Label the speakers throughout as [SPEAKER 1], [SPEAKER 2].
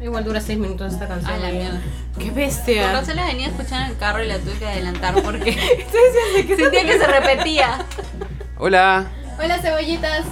[SPEAKER 1] Igual dura 6 minutos esta canción.
[SPEAKER 2] A la
[SPEAKER 1] amiga.
[SPEAKER 2] mierda.
[SPEAKER 1] ¡Qué
[SPEAKER 2] Por
[SPEAKER 1] bestia!
[SPEAKER 2] razón la venía escuchando en el carro y la tuve que adelantar porque
[SPEAKER 1] Sí, sí, sí, que-
[SPEAKER 2] sentía que se repetía.
[SPEAKER 3] Hola.
[SPEAKER 2] Hola, cebollitas.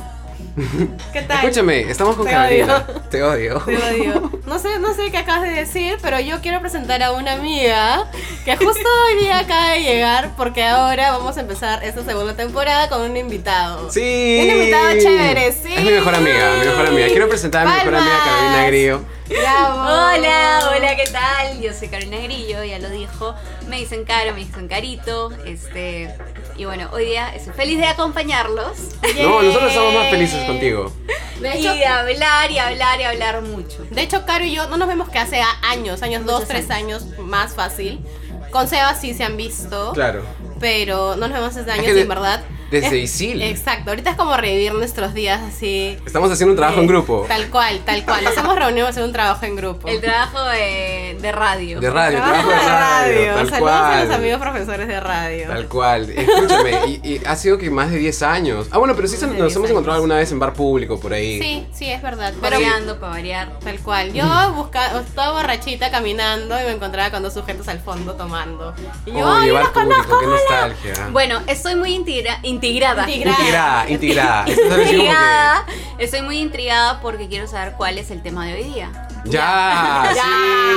[SPEAKER 1] ¿Qué tal?
[SPEAKER 3] Escúchame, estamos con
[SPEAKER 1] Te
[SPEAKER 3] Carolina. Te odio.
[SPEAKER 1] Te odio. No sé, no sé qué acabas de decir, pero yo quiero presentar a una amiga que justo hoy día acaba de llegar porque ahora vamos a empezar esta segunda temporada con un invitado.
[SPEAKER 3] Sí.
[SPEAKER 1] Un invitado chévere, sí.
[SPEAKER 3] Es mi mejor amiga, mi mejor amiga. Quiero presentar a mi mejor amiga
[SPEAKER 1] Palmas.
[SPEAKER 3] Carolina Grillo.
[SPEAKER 1] Bravo.
[SPEAKER 2] Hola, hola, ¿qué tal? Yo soy Carolina Grillo, ya lo dijo. Me dicen caro, me dicen carito. Este. Y bueno, hoy día estoy feliz de acompañarlos
[SPEAKER 3] No,
[SPEAKER 1] Yay.
[SPEAKER 3] nosotros estamos más felices contigo.
[SPEAKER 1] De
[SPEAKER 2] y
[SPEAKER 1] hecho,
[SPEAKER 2] de hablar y hablar y hablar mucho.
[SPEAKER 1] de hecho, Caro y yo no nos vemos que hace a- años, años, dos, tres años más fácil. Con Seba sí se han visto,
[SPEAKER 3] Claro.
[SPEAKER 1] pero no nos vemos desde años,
[SPEAKER 3] que de-
[SPEAKER 1] en verdad.
[SPEAKER 3] Desde
[SPEAKER 1] Es-
[SPEAKER 3] Isil.
[SPEAKER 1] Exacto, ahorita es como revivir nuestros días así. eh,
[SPEAKER 3] Estamos haciendo un trabajo en grupo.
[SPEAKER 1] Tal cual, tal cual. Nos hemos reunido a hacer un trabajo en grupo.
[SPEAKER 2] El trabajo de, de radio.
[SPEAKER 3] De radio,
[SPEAKER 1] Trabajo
[SPEAKER 3] trabajo de radio. Tal
[SPEAKER 1] Saludos
[SPEAKER 3] cual.
[SPEAKER 1] a los amigos profesores de radio.
[SPEAKER 3] Tal cual. Escúchame, y, y ha sido que más de 10 años. Ah, bueno, pero sí se-
[SPEAKER 1] Más de
[SPEAKER 3] nos
[SPEAKER 1] 10
[SPEAKER 3] hemos encontrado
[SPEAKER 1] años.
[SPEAKER 3] alguna vez en bar público por ahí.
[SPEAKER 1] Sí, sí, es verdad. Pero
[SPEAKER 2] Variando, para variar.
[SPEAKER 1] tal cual. Yo buscaba, estaba borrachita caminando y me encontraba con dos sujetos al fondo tomando. Y yo,
[SPEAKER 3] Oye,
[SPEAKER 1] ¡ay,
[SPEAKER 3] bar
[SPEAKER 1] los
[SPEAKER 3] público,
[SPEAKER 1] conozco!
[SPEAKER 3] qué nostalgia.
[SPEAKER 2] Bueno, estoy muy integra- integrada.
[SPEAKER 1] Integrada.
[SPEAKER 3] Integrada, integrada. Esto es así como que-
[SPEAKER 2] Intrigada. Estoy muy intrigada porque quiero saber cuál es el tema de hoy día.
[SPEAKER 3] Ya,
[SPEAKER 1] Ya.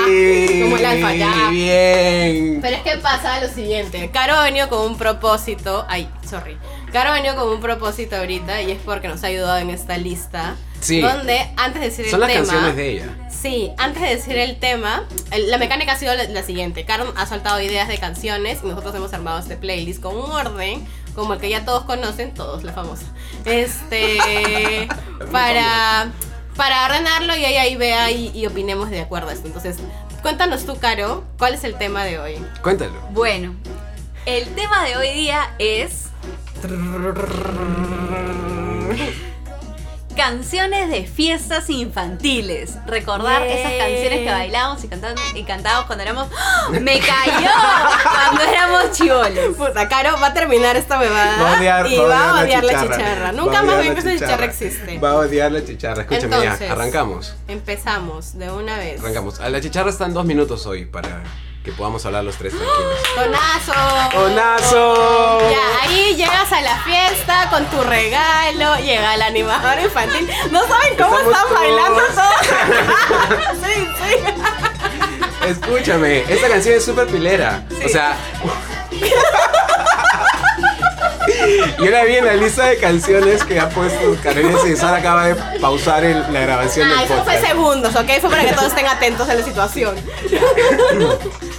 [SPEAKER 3] sí.
[SPEAKER 1] Como el alfa, ya.
[SPEAKER 3] Bien.
[SPEAKER 1] Pero es que pasa lo siguiente. Caro ha venido con un propósito. Ay, sorry. Caro ha venido con un propósito ahorita y es porque nos ha ayudado en esta lista.
[SPEAKER 3] Sí.
[SPEAKER 1] Donde antes de decir
[SPEAKER 3] Son
[SPEAKER 1] el
[SPEAKER 3] las
[SPEAKER 1] tema.
[SPEAKER 3] canciones de ella.
[SPEAKER 1] Sí, antes de decir el tema, el- la mecánica ha sido la, la siguiente. Karen ha soltado ideas de canciones y nosotros hemos armado este playlist con un orden, como el que ya todos conocen, todos, la famosa. Este, para, para ordenarlo y ahí, ahí vea y, y opinemos de acuerdo a esto. Entonces, cuéntanos tú, Caro, ¿cuál es el tema de hoy?
[SPEAKER 3] Cuéntalo.
[SPEAKER 2] Bueno, el tema de hoy día es. Canciones de fiestas infantiles. Recordar
[SPEAKER 1] Yay.
[SPEAKER 2] esas canciones que bailábamos y cantábamos, y cantábamos cuando éramos. ¡Ah! ¡Me cayó! cuando éramos chivolos.
[SPEAKER 1] Puta, Caro va a terminar esta bebada
[SPEAKER 3] Va a odiar,
[SPEAKER 1] Ah, y va a odiar la chicharra. Nunca más ven que esa chicharra existe.
[SPEAKER 3] Va a odiar la chicharra. Escúchame
[SPEAKER 1] Entonces.
[SPEAKER 3] ya, arrancamos.
[SPEAKER 1] Empezamos de una vez.
[SPEAKER 3] Arrancamos. A la chicharra están dos minutos hoy para que podamos hablar los tres tranquilos.
[SPEAKER 1] Tonazo.
[SPEAKER 3] ¡Onazo!
[SPEAKER 1] Ya, ahí llegas a la fiesta con tu regalo, llega el animador infantil. No saben cómo
[SPEAKER 3] Estamos
[SPEAKER 1] están
[SPEAKER 3] todos.
[SPEAKER 1] bailando todos. sí, sí.
[SPEAKER 3] Escúchame, esta canción es súper pilera. O sea. Yo la vi en la lista de canciones que ha puesto Carolina César acaba de pausar el- la grabación
[SPEAKER 1] Ah,
[SPEAKER 3] del
[SPEAKER 1] eso fue
[SPEAKER 3] podcast.
[SPEAKER 1] segundos, ¿ok? Fue para que todos estén atentos a la situación.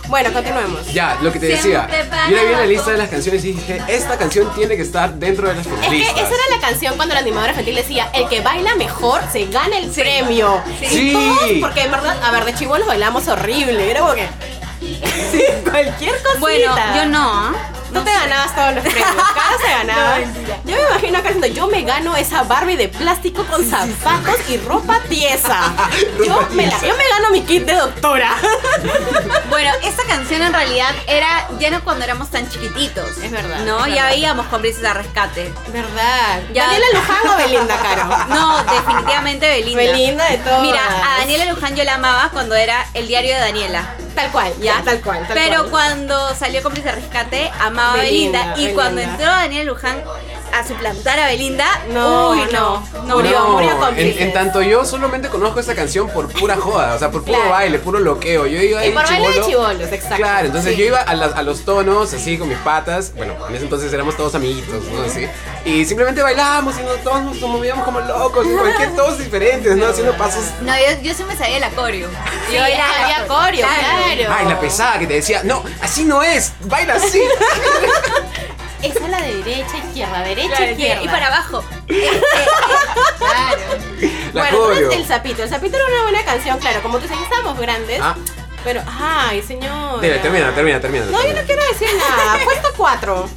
[SPEAKER 1] bueno, continuemos.
[SPEAKER 3] Ya, lo que te
[SPEAKER 2] Siempre
[SPEAKER 3] decía.
[SPEAKER 2] para
[SPEAKER 3] Yo la vi en la
[SPEAKER 2] abajo.
[SPEAKER 3] lista de las canciones y dije, esta canción tiene que estar dentro de las
[SPEAKER 1] Es que
[SPEAKER 3] listas.
[SPEAKER 1] esa era la canción cuando el animador infantil decía, el que baila mejor se gana el premio. Y
[SPEAKER 3] Sí.
[SPEAKER 1] todos, porque en verdad, a ver, de chivo los bailamos horrible, era como que... Sí, cualquier cosita.
[SPEAKER 2] Bueno, yo no. ¿ah?
[SPEAKER 1] Tú te ganabas todos los premios. Caro se ganaba. yo me imagino que diciendo, yo me gano esa Barbie de plástico con zapatos y ropa tiesa. yo, me la- yo me gano mi kit de doctora.
[SPEAKER 2] Bueno, esta canción en realidad era ya no cuando éramos tan chiquititos.
[SPEAKER 1] Es verdad, es
[SPEAKER 2] No, ya
[SPEAKER 1] verdad.
[SPEAKER 2] veíamos cómbrices a rescate.
[SPEAKER 1] ¿Verdad?
[SPEAKER 2] Ya.
[SPEAKER 1] ¿Daniela Luján o Belinda, Caro?
[SPEAKER 2] No, definitivamente Belinda.
[SPEAKER 1] Belinda de todo.
[SPEAKER 2] Mira, a Daniela Luján yo la amaba cuando era el diario de Daniela.
[SPEAKER 1] Tal cual, ya,
[SPEAKER 2] ¿ya?
[SPEAKER 1] tal cual. tal
[SPEAKER 2] Pero
[SPEAKER 1] cual.
[SPEAKER 2] cuando salió Cómplice de Rescate, amaba a
[SPEAKER 1] Belinda,
[SPEAKER 2] Belinda. Y
[SPEAKER 1] Belinda.
[SPEAKER 2] cuando entró Daniela Luján a suplantar a Belinda,
[SPEAKER 1] No,
[SPEAKER 2] uy, no,
[SPEAKER 1] no.
[SPEAKER 2] no,
[SPEAKER 1] murió,
[SPEAKER 3] No,
[SPEAKER 1] murió con
[SPEAKER 3] en,
[SPEAKER 1] Pisces.
[SPEAKER 3] en tanto yo solamente conozco esta canción por pura joda, o sea, por puro
[SPEAKER 1] Claro.
[SPEAKER 3] baile, puro loqueo. Yo iba
[SPEAKER 1] Y
[SPEAKER 3] ahí
[SPEAKER 1] por baile de
[SPEAKER 3] chibolo.
[SPEAKER 1] chibolos, exacto.
[SPEAKER 3] Claro, entonces
[SPEAKER 1] Sí.
[SPEAKER 3] yo iba a, las- a los tonos, así con mis patas. Bueno, en ese entonces éramos todos amiguitos, ¿no? Así. Y simplemente bailábamos y nos, todos nos movíamos como locos, y cualquier, todos diferentes, ¿no? Haciendo pasos.
[SPEAKER 2] No, yo, yo sí me sabía el acorio.
[SPEAKER 1] Sí, había acorio, claro.
[SPEAKER 3] Ay, la pesada que te decía, no, así no es, baila así.
[SPEAKER 1] Esa es la de derecha, izquierda, derecha,
[SPEAKER 2] Claro,
[SPEAKER 1] izquierda.
[SPEAKER 2] Y para abajo. Eh, eh, eh, claro.
[SPEAKER 3] La
[SPEAKER 1] bueno,
[SPEAKER 3] coreo.
[SPEAKER 1] entonces el sapito. El sapito era una buena canción, claro. Como que ya estábamos grandes.
[SPEAKER 3] Ah,
[SPEAKER 1] Pero, ay, señor.
[SPEAKER 3] dile, termina, termina, termina.
[SPEAKER 1] No, yo no quiero decir nada. Puesto 4.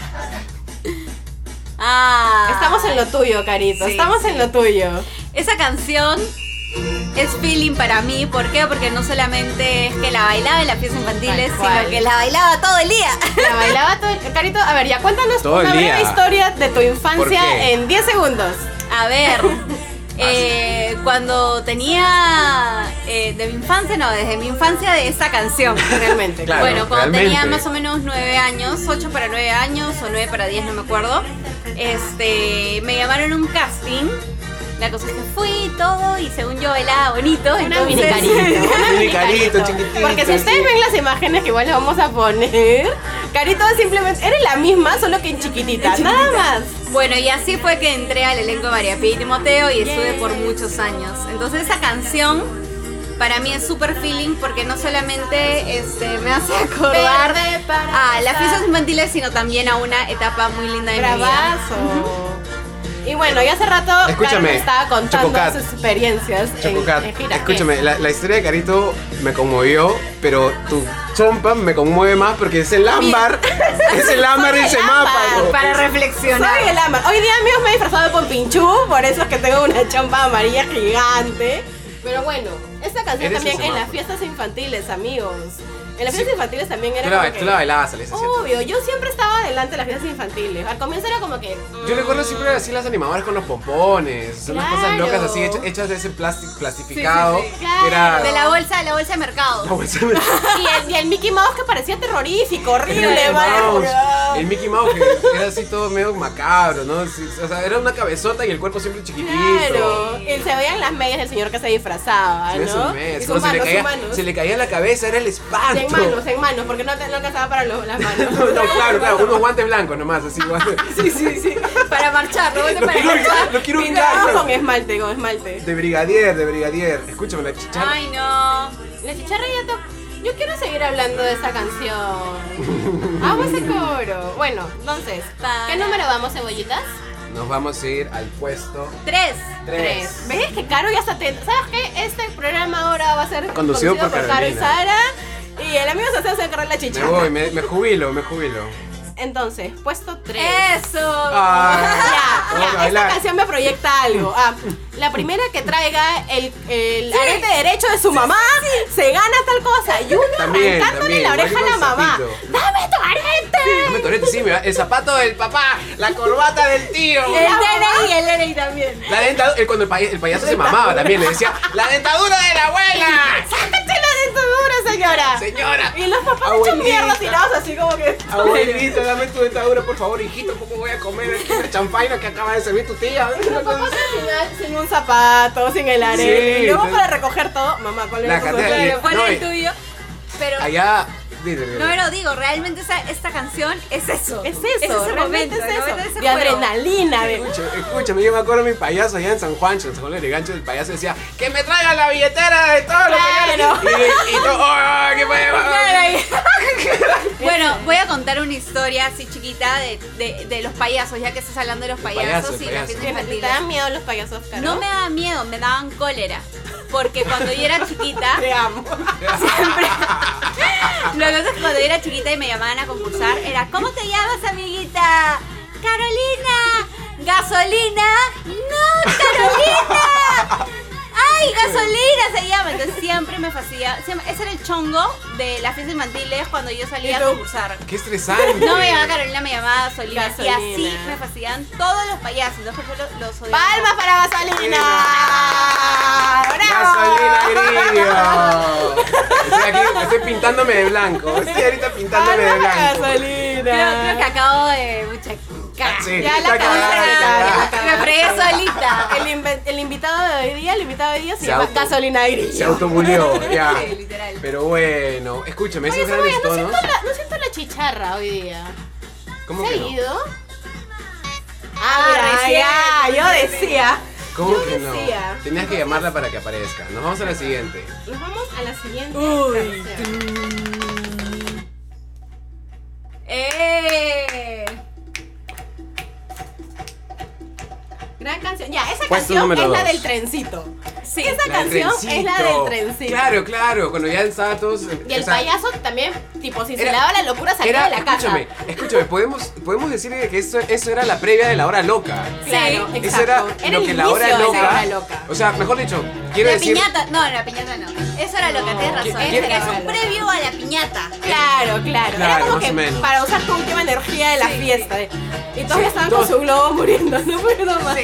[SPEAKER 2] Ah.
[SPEAKER 1] Estamos en lo tuyo, carito.
[SPEAKER 2] Sí,
[SPEAKER 1] Estamos en lo tuyo.
[SPEAKER 2] Esa canción es feeling para mí. ¿Por qué? Porque no solamente es que la bailaba en las fiestas infantiles,
[SPEAKER 1] Tal cual.
[SPEAKER 2] sino que la bailaba todo el día.
[SPEAKER 1] La bailaba todo el... Carito, a ver, ya cuéntanos
[SPEAKER 3] Todo el
[SPEAKER 1] una breve
[SPEAKER 3] día.
[SPEAKER 1] historia de tu
[SPEAKER 3] ¿Por
[SPEAKER 1] infancia
[SPEAKER 3] qué?
[SPEAKER 1] en 10 segundos.
[SPEAKER 2] A ver. eh, cuando tenía eh, de mi infancia, no, desde mi infancia de esta canción.
[SPEAKER 1] Realmente.
[SPEAKER 3] Claro.
[SPEAKER 2] bueno, cuando
[SPEAKER 3] realmente.
[SPEAKER 2] tenía más o menos 9 años, 8 para 9 años o 9 para 10, no me acuerdo, este, me llamaron a un casting. La cosa es que fui y todo y según yo bailaba bonito.
[SPEAKER 1] Una
[SPEAKER 2] entonces-
[SPEAKER 1] mini carito. una
[SPEAKER 3] Mi
[SPEAKER 1] mini
[SPEAKER 3] carito, chiquitito.
[SPEAKER 1] Porque si ustedes
[SPEAKER 3] sí.
[SPEAKER 1] ven las imágenes que igual les vamos a poner, Carito simplemente era la misma, solo que en chiquitita, nada más.
[SPEAKER 2] Bueno, y así fue que entré al elenco de María Pía y Timoteo y estuve por muchos años. Entonces esa canción para mí es súper feeling porque no solamente este, me hace acordar
[SPEAKER 1] Verde para
[SPEAKER 2] a las
[SPEAKER 1] pasar.
[SPEAKER 2] fiestas infantiles, sino también a una etapa muy linda de mi vida.
[SPEAKER 1] Bravazo. Y bueno, ya hace rato Karen
[SPEAKER 3] Escúchame,
[SPEAKER 1] nos estaba contando
[SPEAKER 3] Chococat.
[SPEAKER 1] sus experiencias en-
[SPEAKER 3] Chococat,
[SPEAKER 1] en gira.
[SPEAKER 3] escúchame, la, la historia de Carito me conmovió, pero tu chompa me conmueve más porque es el ámbar, es el ámbar
[SPEAKER 1] Soy
[SPEAKER 3] y ese
[SPEAKER 1] el ámbar,
[SPEAKER 3] mapa.
[SPEAKER 2] Para
[SPEAKER 1] ¿Qué?
[SPEAKER 2] reflexionar.
[SPEAKER 1] Soy el ámbar. Hoy día, amigos, me he disfrazado de Pompinchú, por eso es que tengo una chompa amarilla gigante. Pero bueno, esta canción
[SPEAKER 3] Eres
[SPEAKER 1] también
[SPEAKER 3] ese
[SPEAKER 1] en las
[SPEAKER 3] mapa.
[SPEAKER 1] fiestas infantiles, amigos. En las fiestas infantiles también era
[SPEAKER 3] Tú la,
[SPEAKER 1] como que-
[SPEAKER 3] tú la bailabas, Alexa, ¿cierto?
[SPEAKER 1] Obvio, yo siempre estaba delante de las fiestas infantiles. Al comienzo era como que. mm,
[SPEAKER 3] Yo recuerdo siempre así las animadoras con los pompones, son unas cosas
[SPEAKER 1] Claro.
[SPEAKER 3] locas así hecha- hechas de ese plástico plastificado que era
[SPEAKER 2] De la bolsa, de la bolsa de mercado.
[SPEAKER 3] la bolsa de-
[SPEAKER 1] Y el, y el Mickey Mouse que parecía terrorífico,
[SPEAKER 3] El
[SPEAKER 1] horrible,
[SPEAKER 3] Mickey
[SPEAKER 1] vale.
[SPEAKER 3] Mouse, el Mickey Mouse que era así todo medio macabro, ¿no? Sí, O sea, era una cabezota y el cuerpo siempre chiquitito.
[SPEAKER 1] Claro, y se veían las medias del señor que se disfrazaba, Ah,
[SPEAKER 3] Sí,
[SPEAKER 1] ¿no?
[SPEAKER 3] esos meses.
[SPEAKER 1] Y
[SPEAKER 3] Cuando
[SPEAKER 1] sus
[SPEAKER 3] se,
[SPEAKER 1] manos, sus
[SPEAKER 3] le caía,
[SPEAKER 1] manos.
[SPEAKER 3] se le caía la cabeza, era el espanto.
[SPEAKER 1] En manos, en manos, porque no, te- no alcanzaba para los- las manos.
[SPEAKER 3] No, no, claro, claro, unos guantes blancos nomás, así igual.
[SPEAKER 1] Sí, sí, sí.
[SPEAKER 2] Para marchar, ¿no?
[SPEAKER 3] Lo
[SPEAKER 2] Para
[SPEAKER 3] quiero
[SPEAKER 2] marchar.
[SPEAKER 3] ubicar, lo quiero
[SPEAKER 1] Y no,
[SPEAKER 3] ubicar.
[SPEAKER 1] con esmalte, con esmalte.
[SPEAKER 3] De brigadier, de brigadier. Escúchame la chicharra.
[SPEAKER 2] Ay, no.
[SPEAKER 1] La chicharra ya to... Yo quiero seguir hablando de esa canción. Amo ese coro. Bueno, entonces, ¿qué número vamos, cebollitas?
[SPEAKER 3] Nos vamos a ir al puesto.
[SPEAKER 2] Tres.
[SPEAKER 3] Tres.
[SPEAKER 1] ¿Ves que Caro ya está atenta? ¿Sabes qué? Este programa ahora va a ser
[SPEAKER 3] Conducido por
[SPEAKER 1] Caro y
[SPEAKER 3] Carolina.
[SPEAKER 1] Sara. Y el amigo se hace cargar la
[SPEAKER 3] Me
[SPEAKER 1] chicharra.
[SPEAKER 3] voy, me, me jubilo, me jubilo.
[SPEAKER 1] Entonces, puesto 3.
[SPEAKER 2] Eh. Eso.
[SPEAKER 3] Ah,
[SPEAKER 1] Ya,
[SPEAKER 3] Vamos a
[SPEAKER 1] ya, esta
[SPEAKER 3] bailar.
[SPEAKER 1] canción me proyecta algo. Ah, la primera que traiga el, el arete derecho de su mamá se gana tal cosa. Y uno
[SPEAKER 3] También,
[SPEAKER 1] arrancándole
[SPEAKER 3] también,
[SPEAKER 1] la oreja a la
[SPEAKER 3] igual con
[SPEAKER 1] mamá.
[SPEAKER 3] zapito.
[SPEAKER 1] ¡Dame tu arete!
[SPEAKER 3] dame Toreto, sí, me va- El zapato del papá, la corbata del tío.
[SPEAKER 1] Y la mamá-
[SPEAKER 2] DNI, el DNI también.
[SPEAKER 3] La dentadura, cuando el, paya- el payaso se mamaba también, le decía, la dentadura de la abuela.
[SPEAKER 1] ¡Sácate la dentadura, señora!
[SPEAKER 3] Señora.
[SPEAKER 1] Y los papás
[SPEAKER 3] Abuelita.
[SPEAKER 1] hechos mierda tirados así como que.
[SPEAKER 3] Ah, Abuelita, dame tu dentadura, por favor, hijito, ¿cómo voy a comer esta champaina que acaba de servir tu tía?
[SPEAKER 1] Los papás al final sin un zapato, sin el arete.
[SPEAKER 3] Sí,
[SPEAKER 1] y luego
[SPEAKER 3] sí.
[SPEAKER 1] para recoger todo, mamá, ¿cuál
[SPEAKER 3] La
[SPEAKER 1] era tu
[SPEAKER 3] cartera,
[SPEAKER 1] cumpleaños?
[SPEAKER 2] Claro, ¿cuál
[SPEAKER 3] No,
[SPEAKER 2] es el
[SPEAKER 3] y-
[SPEAKER 2] tuyo? Pero
[SPEAKER 3] Allá, dile, dile.
[SPEAKER 2] no me lo digo, realmente esa- esta canción es eso.
[SPEAKER 1] Es eso,
[SPEAKER 2] ese
[SPEAKER 1] realmente
[SPEAKER 2] momento,
[SPEAKER 1] es eso.
[SPEAKER 2] realmente ese
[SPEAKER 1] de
[SPEAKER 2] juego.
[SPEAKER 1] adrenalina, de.
[SPEAKER 3] Escucha, escúchame, yo me acuerdo de mi payaso allá en San Juan, en San Juan de Gancho, el payaso decía, que me traiga la billetera de todo
[SPEAKER 1] Claro.
[SPEAKER 3] lo que Y, y todo, "Oh, que puede-
[SPEAKER 2] Bueno, voy a contar una historia así chiquita de, de- de los payasos, ya que estás hablando de los payasos
[SPEAKER 3] payaso,
[SPEAKER 2] y
[SPEAKER 3] el
[SPEAKER 2] las
[SPEAKER 3] payaso.
[SPEAKER 2] fiestas
[SPEAKER 1] ¿Te
[SPEAKER 2] infantiles.
[SPEAKER 1] dan miedo los payasos, Caro?
[SPEAKER 2] No me daban miedo, me daban cólera. Porque cuando yo era chiquita,
[SPEAKER 1] Te amo.
[SPEAKER 2] lo que pasa es que cuando yo era chiquita y me llamaban a concursar, era ¿Cómo te llamas, amiguita? ¡Carolina! ¡Gasolina! ¡No, Carolina! ¡Ay, gasolina se llama! Entonces siempre me fastidiaba. siempre- ese era el chongo de las fiestas infantiles cuando yo salía
[SPEAKER 1] ¿Y
[SPEAKER 2] a
[SPEAKER 1] tú?
[SPEAKER 2] concursar.
[SPEAKER 3] Qué estresante.
[SPEAKER 2] No me llamaba Carolina, me llamaba Gasolina.
[SPEAKER 1] Gasolina.
[SPEAKER 2] Y así me fastidiaban todos los payasos. Entonces yo los, los odiaba.
[SPEAKER 1] Palmas para Gasolina.
[SPEAKER 3] Gasolina
[SPEAKER 1] ¡Bravo!
[SPEAKER 3] grillo. Estoy aquí, estoy pintándome de blanco. Estoy ahorita pintándome de
[SPEAKER 1] Palmas para
[SPEAKER 3] blanco.
[SPEAKER 1] Ah, Gasolina.
[SPEAKER 2] Creo, creo que acabo de. mucha cagar.
[SPEAKER 3] Sí,
[SPEAKER 1] Ya la
[SPEAKER 3] está
[SPEAKER 1] acabas de
[SPEAKER 3] cagada.
[SPEAKER 1] cagar.
[SPEAKER 2] Me fregué solita.
[SPEAKER 1] El, inve- el invitado de hoy día, el invitado de hoy día se,
[SPEAKER 3] Se
[SPEAKER 1] llama
[SPEAKER 3] auto-
[SPEAKER 1] Gasolina Grillo.
[SPEAKER 3] Se autobulió, ya.
[SPEAKER 2] Sí, literal.
[SPEAKER 3] Pero bueno, escúchame,
[SPEAKER 1] Oye,
[SPEAKER 3] esos
[SPEAKER 1] Samuel,
[SPEAKER 3] grandes
[SPEAKER 1] no
[SPEAKER 3] tonos.
[SPEAKER 1] siento, la, no siento la chicharra hoy día.
[SPEAKER 3] ¿Cómo
[SPEAKER 1] ¿Se ha
[SPEAKER 3] que no?
[SPEAKER 1] ido? Ah,
[SPEAKER 2] recién.
[SPEAKER 1] ya, yo decía.
[SPEAKER 3] ¿Cómo
[SPEAKER 1] Yo
[SPEAKER 3] que no?
[SPEAKER 1] decía.
[SPEAKER 3] Tenías que llamarla para que aparezca. Nos vamos a la siguiente.
[SPEAKER 1] Nos vamos a la siguiente.
[SPEAKER 2] Uy.
[SPEAKER 1] canción.
[SPEAKER 2] ¡Eh!
[SPEAKER 1] Gran canción. Ya, esa
[SPEAKER 3] Puesto
[SPEAKER 1] canción es
[SPEAKER 3] Pues número
[SPEAKER 1] la
[SPEAKER 3] dos.
[SPEAKER 1] del trencito.
[SPEAKER 2] Sí.
[SPEAKER 1] Esa
[SPEAKER 3] La del
[SPEAKER 1] canción es la del
[SPEAKER 3] trencito.
[SPEAKER 1] trencito.
[SPEAKER 3] Claro, claro, cuando ya estaba todos. eh,
[SPEAKER 1] Y el
[SPEAKER 3] o sea,
[SPEAKER 1] payaso también, tipo, si se
[SPEAKER 3] era-
[SPEAKER 1] le daba la locura salía
[SPEAKER 3] Era,
[SPEAKER 1] de la casa.
[SPEAKER 3] escúchame, escúchame, podemos, podemos decir que eso, eso era la previa de la hora loca.
[SPEAKER 1] Claro,
[SPEAKER 2] Sí.
[SPEAKER 1] exacto.
[SPEAKER 3] Eso era, lo
[SPEAKER 1] el
[SPEAKER 3] que la
[SPEAKER 1] inicio de
[SPEAKER 3] hora
[SPEAKER 1] esa
[SPEAKER 3] loca,
[SPEAKER 1] hora loca.
[SPEAKER 3] O sea, mejor dicho, quiero
[SPEAKER 2] La
[SPEAKER 3] decir.
[SPEAKER 2] piñata. No, la piñata no. Eso era lo que tienes
[SPEAKER 1] No,
[SPEAKER 2] razón.
[SPEAKER 1] ¿quién-
[SPEAKER 2] Ese
[SPEAKER 1] quién-
[SPEAKER 2] es un previo a la piñata.
[SPEAKER 1] Claro, claro. Era
[SPEAKER 3] Claro,
[SPEAKER 1] como
[SPEAKER 3] más
[SPEAKER 1] que
[SPEAKER 3] o menos.
[SPEAKER 1] para usar tu última energía de la
[SPEAKER 2] Sí.
[SPEAKER 1] fiesta. de- Y todos
[SPEAKER 3] Sí,
[SPEAKER 1] estaban
[SPEAKER 3] todos-
[SPEAKER 1] con su globo muriendo, no puedo más.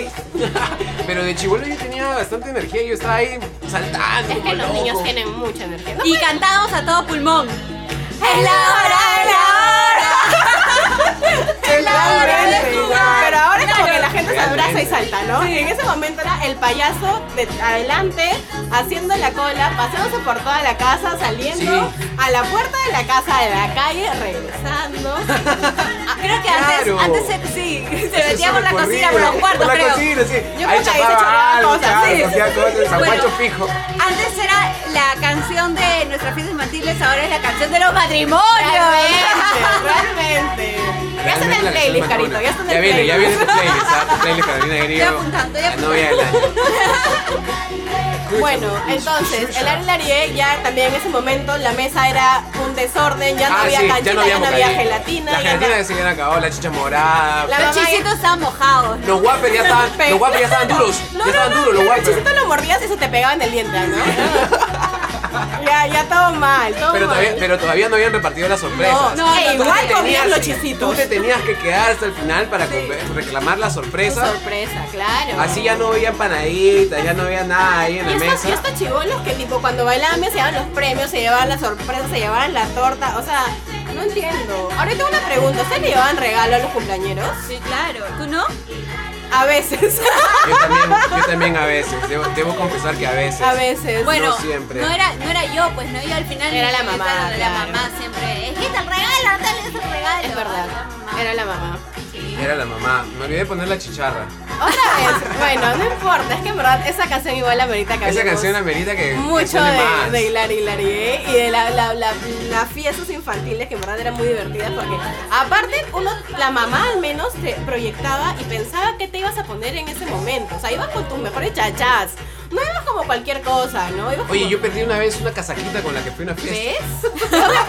[SPEAKER 3] Pero de chivolo yo tenía bastante energía y yo estaba ahí saltando.
[SPEAKER 1] Es
[SPEAKER 3] como
[SPEAKER 1] que los
[SPEAKER 3] loco.
[SPEAKER 1] niños tienen mucha energía. No,
[SPEAKER 2] Y cantamos a todo pulmón. ¡Es la hora, es la hora!
[SPEAKER 3] Es la hora de jugar.
[SPEAKER 1] pero ahora es como que la gente se
[SPEAKER 3] Realmente.
[SPEAKER 1] abraza y salta, ¿no? En ese momento era el payaso de adelante, haciendo la cola, paseándose por toda la casa, saliendo
[SPEAKER 3] Sí.
[SPEAKER 1] a la puerta de la casa, de la calle, regresando. Ah,
[SPEAKER 2] Creo que
[SPEAKER 3] Claro.
[SPEAKER 2] antes, antes se, sí, se
[SPEAKER 3] Eso
[SPEAKER 2] metía por la
[SPEAKER 3] recorría,
[SPEAKER 2] cocina, por los cuartos,
[SPEAKER 3] Por la
[SPEAKER 2] creo.
[SPEAKER 3] cocina, sí.
[SPEAKER 1] Yo
[SPEAKER 3] ahí
[SPEAKER 1] creo que ahí se
[SPEAKER 3] chapaba
[SPEAKER 1] chapaba
[SPEAKER 3] algo,
[SPEAKER 1] cosas,
[SPEAKER 3] claro,
[SPEAKER 1] sí.
[SPEAKER 3] hacía cosas, el sanguacho
[SPEAKER 2] Bueno.
[SPEAKER 3] fijo.
[SPEAKER 2] Antes era la canción de nuestras fiestas infantiles, ahora es la canción de los matrimonios.
[SPEAKER 1] Realmente, realmente. Ya está en
[SPEAKER 3] Realmente
[SPEAKER 1] el
[SPEAKER 3] la
[SPEAKER 1] playlist,
[SPEAKER 3] canción
[SPEAKER 1] carito,
[SPEAKER 3] más
[SPEAKER 1] ya está en
[SPEAKER 3] buena.
[SPEAKER 1] el playlist.
[SPEAKER 3] Ya viene, ya viene el playlist, ¿ah? Tu playlist, Carolina Grillo.
[SPEAKER 2] Estoy apuntando, estoy
[SPEAKER 3] la novia del año. Escucha,
[SPEAKER 1] Bueno,
[SPEAKER 3] escucha,
[SPEAKER 1] entonces,
[SPEAKER 3] escucha.
[SPEAKER 1] el Arilarie ya también en ese momento la mesa era un desorden, ya no
[SPEAKER 3] Ah,
[SPEAKER 1] había
[SPEAKER 3] sí,
[SPEAKER 1] canchita, ya no había,
[SPEAKER 3] bocadillo.
[SPEAKER 1] gelatina.
[SPEAKER 3] La
[SPEAKER 1] ya no-
[SPEAKER 3] gelatina se habían acabado, la chicha morada.
[SPEAKER 1] La-
[SPEAKER 2] Los chisitos estaban mojados.
[SPEAKER 3] Los guapes ya estaban, los guapes ya estaban duros.
[SPEAKER 1] No, no,
[SPEAKER 3] ya estaban
[SPEAKER 1] no,
[SPEAKER 3] duros los
[SPEAKER 1] pero
[SPEAKER 3] guapes.
[SPEAKER 1] el chisito lo mordías y se te pegaba en el diente, ¿no? ya, ya todo mal, todo
[SPEAKER 3] Pero
[SPEAKER 1] mal.
[SPEAKER 3] todavía, pero todavía no habían repartido las sorpresas.
[SPEAKER 1] No, no,
[SPEAKER 3] Tú
[SPEAKER 1] no,
[SPEAKER 3] te
[SPEAKER 1] igual
[SPEAKER 3] tenías-
[SPEAKER 1] comían los chisitos.
[SPEAKER 3] Tú te tenías que quedar hasta el final para comer- reclamar la
[SPEAKER 1] Tu
[SPEAKER 3] sorpresa.
[SPEAKER 1] sorpresa, claro.
[SPEAKER 3] Así ya no había empanaditas, ya no había nada ahí en
[SPEAKER 1] Y
[SPEAKER 3] la
[SPEAKER 1] estos,
[SPEAKER 3] mesa.
[SPEAKER 1] y estos chibolos que tipo cuando bailaban se llevaban los premios, se llevaban las sorpresas, se llevaban la torta, o sea, no entiendo. Ahora yo tengo una pregunta, ¿ustedes le llevaban regalo a los cumpleañeros?
[SPEAKER 2] Sí, claro. ¿Tú no?
[SPEAKER 1] A veces.
[SPEAKER 3] Yo también, yo también a veces, debo, debo confesar que a veces.
[SPEAKER 1] a veces.
[SPEAKER 2] Bueno,
[SPEAKER 3] No siempre.
[SPEAKER 2] no era, no era yo, pues no yo al final.
[SPEAKER 1] Era la mamá,
[SPEAKER 2] La
[SPEAKER 1] claro.
[SPEAKER 2] mamá siempre. Es que te regalo, dale ese regalo.
[SPEAKER 1] Es verdad. Era la mamá.
[SPEAKER 3] Era la mamá. Me olvidé de poner la chicharra.
[SPEAKER 1] Otra vez. Bueno, no importa. Es que en verdad esa canción igual la merita que
[SPEAKER 3] Esa
[SPEAKER 1] hablemos
[SPEAKER 3] canción amerita que. que
[SPEAKER 1] Mucho
[SPEAKER 3] suene más.
[SPEAKER 1] de, de Hilary Hilary ¿eh? y de las la, la- las fiestas infantiles que en verdad eran muy divertidas porque aparte uno, la mamá al menos te proyectaba y pensaba qué te ibas a poner en ese momento. O sea, ibas con tus mejores chachas. No ibas como cualquier cosa, ¿no? Ibas
[SPEAKER 3] Oye,
[SPEAKER 1] como-
[SPEAKER 3] yo perdí una vez una casaquita con la que fui a una fiesta.
[SPEAKER 1] ¿Ves?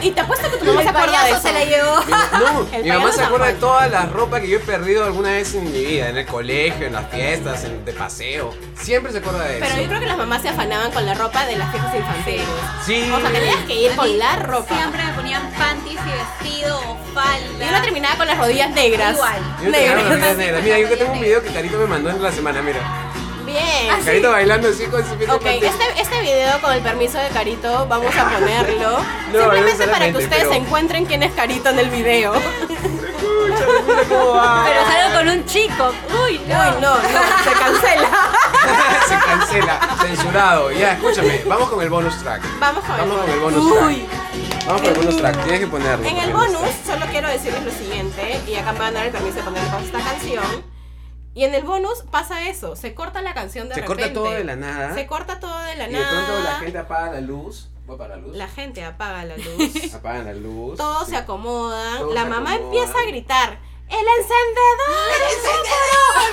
[SPEAKER 1] y te apuesto que tu mamá se
[SPEAKER 2] El
[SPEAKER 1] acuerda de
[SPEAKER 2] payaso
[SPEAKER 1] eso.
[SPEAKER 2] se la llevó.
[SPEAKER 3] Mi ma- No,
[SPEAKER 1] El
[SPEAKER 3] mi mamá
[SPEAKER 1] payaso
[SPEAKER 3] se acuerda de
[SPEAKER 1] tampoco.
[SPEAKER 3] toda la ropa que yo he perdido alguna vez en mi vida, en el colegio, en las fiestas, en, de paseo. Siempre se acuerda de
[SPEAKER 1] Pero yo
[SPEAKER 3] eso.
[SPEAKER 1] creo que las mamás se afanaban con la ropa de las fiestas infantiles.
[SPEAKER 3] Sí.
[SPEAKER 1] O sea, tenías que ir con la ropa.
[SPEAKER 2] Siempre me ponían panties y vestido o falda.
[SPEAKER 1] Y uno terminaba con las rodillas negras.
[SPEAKER 2] Igual.
[SPEAKER 3] Yo tenía
[SPEAKER 1] Negras.
[SPEAKER 3] una vida negra. Mira, yo que tengo un video que Carito me mandó en la semana, mira.
[SPEAKER 1] Bien.
[SPEAKER 2] Ah, sí.
[SPEAKER 3] Carito bailando así con su
[SPEAKER 1] Ok, este, este video con el permiso de Carito vamos a ponerlo. Simplemente
[SPEAKER 3] No, no
[SPEAKER 1] para que
[SPEAKER 3] solamente,
[SPEAKER 1] ustedes
[SPEAKER 3] pero-
[SPEAKER 1] encuentren quién es Carito en el video. Uy,
[SPEAKER 2] Pero salgo con un chico. Uy, no.
[SPEAKER 1] no, no, se cancela.
[SPEAKER 3] se cancela, censurado. Ya, escúchame, vamos con el bonus track.
[SPEAKER 1] Vamos con el
[SPEAKER 3] Vamos con el
[SPEAKER 1] bonus.
[SPEAKER 3] bonus
[SPEAKER 1] Uy.
[SPEAKER 3] track. Vamos con el bonus track, tienes que ponerlo.
[SPEAKER 1] En el bonus solo quiero decirles lo siguiente, y acá me van a dar el permiso de poner con esta canción. Y en el bonus pasa eso, se corta la canción de
[SPEAKER 3] Se
[SPEAKER 1] repente.
[SPEAKER 3] corta todo de la nada.
[SPEAKER 1] Se corta todo de la
[SPEAKER 3] Y de
[SPEAKER 1] nada.
[SPEAKER 3] pronto la gente apaga la luz. ¿Va para la luz?
[SPEAKER 1] La gente apaga la luz.
[SPEAKER 3] Apagan la luz.
[SPEAKER 1] Todos
[SPEAKER 3] sí.
[SPEAKER 1] se acomodan.
[SPEAKER 3] Todos
[SPEAKER 1] la
[SPEAKER 3] se
[SPEAKER 1] mamá
[SPEAKER 3] acomodan.
[SPEAKER 1] empieza a gritar. ¡El encendedor! ¡El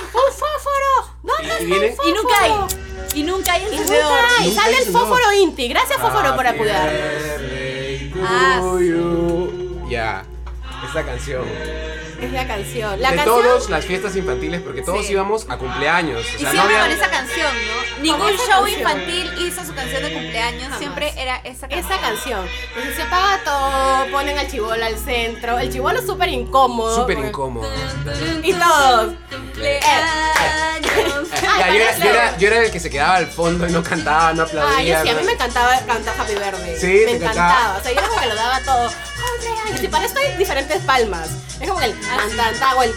[SPEAKER 1] encendedor! ¡Un fósforo!
[SPEAKER 3] Y-
[SPEAKER 1] ¿Dónde
[SPEAKER 3] y
[SPEAKER 1] está
[SPEAKER 3] vienen-
[SPEAKER 1] el fósforo?
[SPEAKER 2] Y nunca hay. Y nunca hay
[SPEAKER 1] Y
[SPEAKER 2] el
[SPEAKER 1] nunca
[SPEAKER 2] sudor.
[SPEAKER 1] hay.
[SPEAKER 3] Nunca
[SPEAKER 1] Sale
[SPEAKER 3] hay Ah,
[SPEAKER 1] el
[SPEAKER 3] sudor.
[SPEAKER 1] fósforo Inti. Gracias fósforo por
[SPEAKER 3] Happy
[SPEAKER 1] apoyar.
[SPEAKER 3] birthday to
[SPEAKER 2] Ah, sí.
[SPEAKER 3] you. Ya. Esta canción.
[SPEAKER 1] Es la canción. La
[SPEAKER 3] de
[SPEAKER 1] canción.
[SPEAKER 3] todos las fiestas infantiles, porque todos
[SPEAKER 2] Sí.
[SPEAKER 3] íbamos a cumpleaños. O
[SPEAKER 2] Y
[SPEAKER 3] sea,
[SPEAKER 2] siempre
[SPEAKER 3] no había.
[SPEAKER 2] con esa canción, ¿no? Ningún
[SPEAKER 1] esa
[SPEAKER 2] show
[SPEAKER 1] canción.
[SPEAKER 2] infantil hizo su canción de cumpleaños,
[SPEAKER 1] Jamás.
[SPEAKER 2] siempre era esa canción.
[SPEAKER 1] Esa canción. Entonces se apaga todo, ponen al chibolo al centro. El chibolo es súper incómodo. pues.
[SPEAKER 3] Súper
[SPEAKER 1] Porque-
[SPEAKER 3] incómodo.
[SPEAKER 1] Y todos.
[SPEAKER 2] Eh, Cumpleaños.
[SPEAKER 3] Ya, yo, era, yo era- yo era el que se quedaba al fondo y no cantaba, no aplaudía.
[SPEAKER 1] Ah, yo sí, a
[SPEAKER 3] no-
[SPEAKER 1] mí me encantaba cantar Happy Birthday.
[SPEAKER 3] Sí,
[SPEAKER 1] me
[SPEAKER 3] te
[SPEAKER 1] encantaba.
[SPEAKER 3] encantaba.
[SPEAKER 1] O sea, yo era como que lo daba todo. Cumpleaños. Y para esto hay diferentes palmas. Es como que el cantaba el.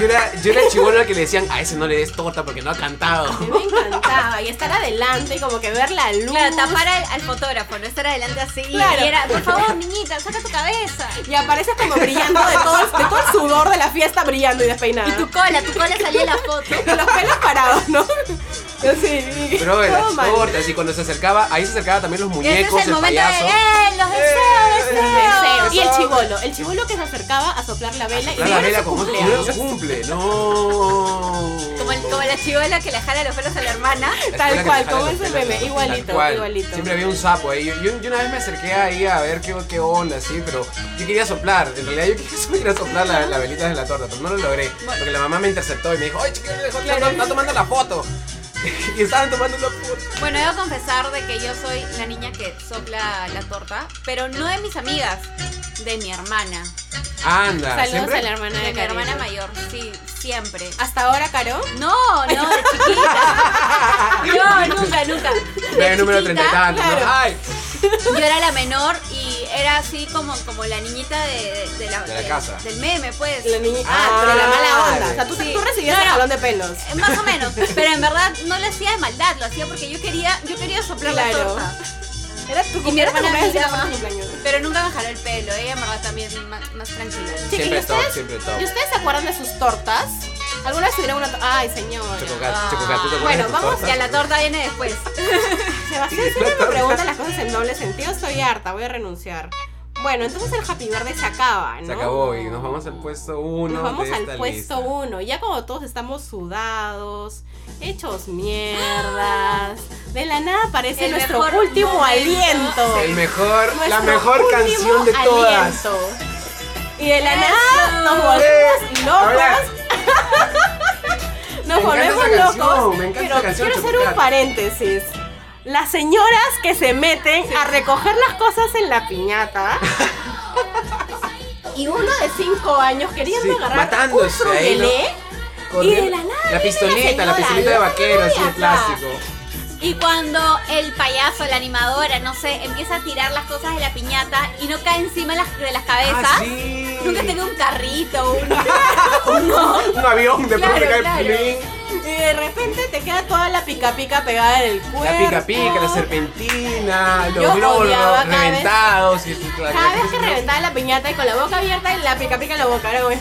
[SPEAKER 3] Yo era, yo era el chibolo al que le decían, a ese no le des torta porque no ha cantado.
[SPEAKER 1] A mí me encantaba. Y estar adelante y como que ver la luz.
[SPEAKER 2] Claro, tapar al, al fotógrafo, no estar adelante así.
[SPEAKER 1] Claro.
[SPEAKER 2] Y era, por favor, niñita, saca tu cabeza.
[SPEAKER 1] Y apareces como brillando de todo, el- de todo el sudor de la fiesta brillando y despeinada.
[SPEAKER 2] Y tu cola, tu cola salía en la foto.
[SPEAKER 1] Con los pelos parados, ¿no? Sí.
[SPEAKER 3] Pero de
[SPEAKER 1] todo
[SPEAKER 3] las
[SPEAKER 1] mal.
[SPEAKER 3] tortas, y cuando se acercaba, ahí se acercaban también los
[SPEAKER 2] Y ese
[SPEAKER 3] muñecos,
[SPEAKER 2] es el
[SPEAKER 3] el,
[SPEAKER 2] momento
[SPEAKER 3] payaso.
[SPEAKER 2] de, ¡eh, los
[SPEAKER 3] Eh,
[SPEAKER 2] deseos,
[SPEAKER 1] El deseo.
[SPEAKER 2] deseos!
[SPEAKER 1] Y el chivolo, el chivolo que se acercaba a soplar la vela y
[SPEAKER 3] Claro, la
[SPEAKER 1] luego
[SPEAKER 3] vela
[SPEAKER 1] su
[SPEAKER 3] como
[SPEAKER 1] cumpleaños.
[SPEAKER 3] no se cumple, no.
[SPEAKER 2] Como, el- como la chivola que le jala los pelos a la hermana.
[SPEAKER 3] La
[SPEAKER 1] Tal
[SPEAKER 3] escuela que
[SPEAKER 1] cual,
[SPEAKER 3] te jala
[SPEAKER 1] como
[SPEAKER 3] los
[SPEAKER 1] ese
[SPEAKER 3] pelos,
[SPEAKER 1] meme,
[SPEAKER 3] tal
[SPEAKER 1] igualito,
[SPEAKER 3] cual.
[SPEAKER 1] igualito.
[SPEAKER 3] Siempre había un sapo ahí. Yo, yo- yo una vez me acerqué ahí a ver qué, qué onda, así, pero yo quería soplar. En realidad yo quería solo ir a soplar la- las velitas de la torta, pero no lo logré. Porque la mamá me interceptó y me dijo, oye, chiquillo, no dejó- no- no está tomando la foto. y estaban tomando una foto.
[SPEAKER 2] Bueno, debo confesar de que yo soy la niña que sopla la torta, pero no de mis amigas, de mi hermana,
[SPEAKER 3] Anda,
[SPEAKER 1] Saludos
[SPEAKER 3] siempre.
[SPEAKER 1] a la hermana
[SPEAKER 2] de
[SPEAKER 1] de
[SPEAKER 2] mi hermana
[SPEAKER 1] Karina.
[SPEAKER 2] mayor, sí, siempre.
[SPEAKER 1] Hasta ahora, Caro.
[SPEAKER 2] No, no, de
[SPEAKER 1] Ah.
[SPEAKER 2] chiquita. No, nunca, nunca.
[SPEAKER 3] Ve
[SPEAKER 2] De
[SPEAKER 3] el número
[SPEAKER 2] chiquita,
[SPEAKER 3] treinta y tantos, ¿no?
[SPEAKER 2] claro.
[SPEAKER 3] Ay,
[SPEAKER 2] Yo era la menor y era así como, como la niñita de, de la,
[SPEAKER 3] De la casa.
[SPEAKER 2] Del meme, pues.
[SPEAKER 1] La niña.
[SPEAKER 3] Ah,
[SPEAKER 1] Ah, pero la mala onda.
[SPEAKER 3] vale.
[SPEAKER 1] O sea, tú,
[SPEAKER 2] Sí.
[SPEAKER 1] tú recibías
[SPEAKER 2] No,
[SPEAKER 1] el
[SPEAKER 2] no.
[SPEAKER 1] jalón de pelos.
[SPEAKER 2] Eh, Más o menos, pero en verdad no lo hacía de maldad, lo hacía porque yo quería, yo quería soplar la
[SPEAKER 1] Claro.
[SPEAKER 2] torta.
[SPEAKER 1] Era tu
[SPEAKER 2] Y mi
[SPEAKER 1] era tu
[SPEAKER 2] hermana
[SPEAKER 1] cumpleaños,
[SPEAKER 2] me
[SPEAKER 1] era tu
[SPEAKER 2] llama.
[SPEAKER 1] cumpleaños.
[SPEAKER 2] Pero nunca me jaló el pelo, ella en verdad también más, más tranquila.
[SPEAKER 1] Chiqui,
[SPEAKER 3] Siempre
[SPEAKER 1] ¿y
[SPEAKER 3] top,
[SPEAKER 1] ustedes-
[SPEAKER 3] siempre top.
[SPEAKER 1] ¿Y ustedes se acuerdan de sus tortas? ¿Alguna vez tuvieron una torta? Ay, señor.
[SPEAKER 3] Chococat,
[SPEAKER 2] Ah,
[SPEAKER 3] Chococat, ¿tú Ah, te acuerdas
[SPEAKER 1] Bueno,
[SPEAKER 3] de tu
[SPEAKER 1] vamos
[SPEAKER 3] torta?
[SPEAKER 2] Ya la torta viene después.
[SPEAKER 1] Sebastián siempre me pregunta las cosas en doble sentido. Estoy harta, voy a renunciar. Bueno, entonces el Happy Birthday se acaba, ¿no?
[SPEAKER 3] Se acabó y nos vamos al puesto uno
[SPEAKER 1] Nos vamos
[SPEAKER 3] de
[SPEAKER 1] al
[SPEAKER 3] esta
[SPEAKER 1] puesto
[SPEAKER 3] lista.
[SPEAKER 1] uno. Ya como todos estamos sudados, hechos mierdas. De la nada aparece
[SPEAKER 2] El
[SPEAKER 1] nuestro
[SPEAKER 2] mejor
[SPEAKER 1] último
[SPEAKER 2] momento.
[SPEAKER 1] aliento.
[SPEAKER 3] El mejor, la
[SPEAKER 1] Nuestro
[SPEAKER 3] mejor
[SPEAKER 1] último
[SPEAKER 3] canción de todas.
[SPEAKER 1] aliento. Y de la
[SPEAKER 2] Eso.
[SPEAKER 1] nada nos
[SPEAKER 3] Eh,
[SPEAKER 1] volvemos
[SPEAKER 3] ahora,
[SPEAKER 1] locos. Nos
[SPEAKER 3] Me encanta
[SPEAKER 1] volvemos
[SPEAKER 3] esa canción,
[SPEAKER 1] locos.
[SPEAKER 3] me encanta
[SPEAKER 1] pero
[SPEAKER 3] esa canción,
[SPEAKER 1] quiero hacer
[SPEAKER 3] Chapucat.
[SPEAKER 1] un paréntesis. Las señoras que se meten a recoger las cosas en la piñata. y uno de 5 años queriendo
[SPEAKER 3] Sí,
[SPEAKER 1] agarrar un
[SPEAKER 3] matándose ahí, ¿no?
[SPEAKER 1] truquelé.
[SPEAKER 3] con
[SPEAKER 1] Y de
[SPEAKER 3] el-
[SPEAKER 1] la nada viene
[SPEAKER 3] la
[SPEAKER 1] la
[SPEAKER 3] pistolita, la
[SPEAKER 1] señora,
[SPEAKER 3] pistolita de
[SPEAKER 1] ¿no?
[SPEAKER 3] vaquero, así
[SPEAKER 1] Ay,
[SPEAKER 3] de
[SPEAKER 1] acá.
[SPEAKER 3] plástico.
[SPEAKER 2] Y cuando el payaso, la animadora, no sé, empieza a tirar las cosas de la piñata y no cae encima de las, de las cabezas.
[SPEAKER 3] Ah, sí.
[SPEAKER 2] Nunca tenía un carrito, un...
[SPEAKER 3] Un avión de pronto
[SPEAKER 2] Claro,
[SPEAKER 3] cae
[SPEAKER 2] claro.
[SPEAKER 3] plin.
[SPEAKER 1] Y de repente te queda toda la pica pica pegada en el cuerpo.
[SPEAKER 3] La pica pica, la serpentina, los
[SPEAKER 1] Yo
[SPEAKER 3] globos
[SPEAKER 1] odiaba cada vez-
[SPEAKER 3] reventados. y eso, toda la
[SPEAKER 1] Cada vez que
[SPEAKER 3] cosa.
[SPEAKER 1] reventaba la piñata y con la boca abierta y la pica pica en la boca, era güey.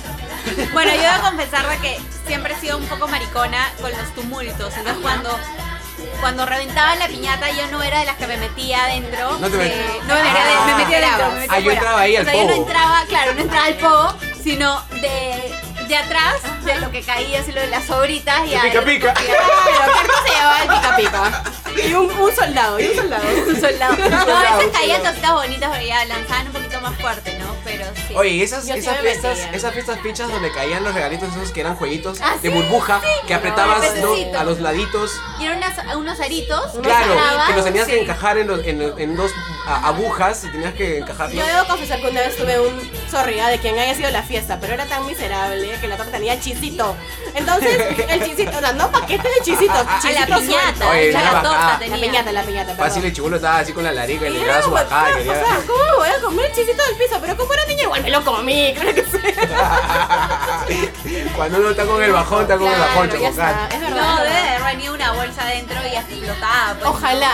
[SPEAKER 2] Bueno, yo debo confesar de que siempre he sido un poco maricona con los tumultos. Entonces cuando, cuando reventaba la piñata yo no era de las que me metía adentro.
[SPEAKER 3] No te
[SPEAKER 2] de-
[SPEAKER 3] met-
[SPEAKER 2] no me metía
[SPEAKER 3] Ah.
[SPEAKER 2] adentro, me metía adentro. Me metía
[SPEAKER 3] Ah, yo
[SPEAKER 2] afuera.
[SPEAKER 3] entraba ahí al
[SPEAKER 2] o sea, yo
[SPEAKER 3] pogo.
[SPEAKER 2] no entraba, claro, no entraba al pogo, sino de, de atrás, de lo que caía, así lo de las sobritas y
[SPEAKER 3] La
[SPEAKER 2] ahí-
[SPEAKER 3] pica pica.
[SPEAKER 1] Claro, ¿qué se llevaba el pica pica? Y un, un soldado, y un soldado.
[SPEAKER 2] Un soldado. No,
[SPEAKER 3] soldado,
[SPEAKER 2] esas caían
[SPEAKER 3] un soldado.
[SPEAKER 2] tortitas bonitas, pero ya lanzaban un poquito más fuerte, ¿no? Pero sí.
[SPEAKER 3] Oye, esas,
[SPEAKER 1] Yo sí
[SPEAKER 3] esas
[SPEAKER 1] me
[SPEAKER 3] fiestas,
[SPEAKER 1] metía.
[SPEAKER 3] esas fiestas pinchas donde caían los regalitos esos que eran jueguitos
[SPEAKER 2] Ah,
[SPEAKER 3] de
[SPEAKER 2] sí,
[SPEAKER 3] burbuja que apretabas
[SPEAKER 2] el
[SPEAKER 3] ¿no?
[SPEAKER 2] pececito.
[SPEAKER 3] a los laditos.
[SPEAKER 2] Y eran unas- unos aritos. que
[SPEAKER 3] Claro,
[SPEAKER 2] sacaban,
[SPEAKER 3] que los tenías que
[SPEAKER 2] sí.
[SPEAKER 3] encajar en, los- en, en dos a- agujas y tenías que
[SPEAKER 1] Yo
[SPEAKER 3] encajarlos.
[SPEAKER 1] debo confesar que una vez tuve un sorry ah, de quien haya sido la fiesta, pero era tan miserable que la torta tenía chisito. Entonces, el chisito, o sea, no paquete de chisito,
[SPEAKER 2] A la
[SPEAKER 1] chisito suelto.
[SPEAKER 2] piñata,
[SPEAKER 3] Ah, Oye,
[SPEAKER 2] ya
[SPEAKER 3] una
[SPEAKER 2] la torta
[SPEAKER 3] bajada.
[SPEAKER 1] La
[SPEAKER 2] tenía.
[SPEAKER 1] piñata, la piñata, perdón.
[SPEAKER 3] Fácil Ah, el chibolo estaba así con la larica y
[SPEAKER 1] Y
[SPEAKER 3] le
[SPEAKER 1] era
[SPEAKER 3] daba su
[SPEAKER 1] como,
[SPEAKER 3] bajada.
[SPEAKER 1] "Taf,
[SPEAKER 3] quería-
[SPEAKER 1] pues, O sea, ¿cómo me voy a comer el chisito del piso? Pero como era niña, igual me lo comí, creo que sí.
[SPEAKER 3] Cuando uno está con el bajón, está con el
[SPEAKER 1] Claro,
[SPEAKER 3] bajón,
[SPEAKER 1] ya está,
[SPEAKER 3] Chococat.
[SPEAKER 1] es verdad. es
[SPEAKER 2] No, debe
[SPEAKER 1] verdad. Oh,
[SPEAKER 2] de haber venido una bolsa adentro y explotaba. Pues.
[SPEAKER 1] Ojalá.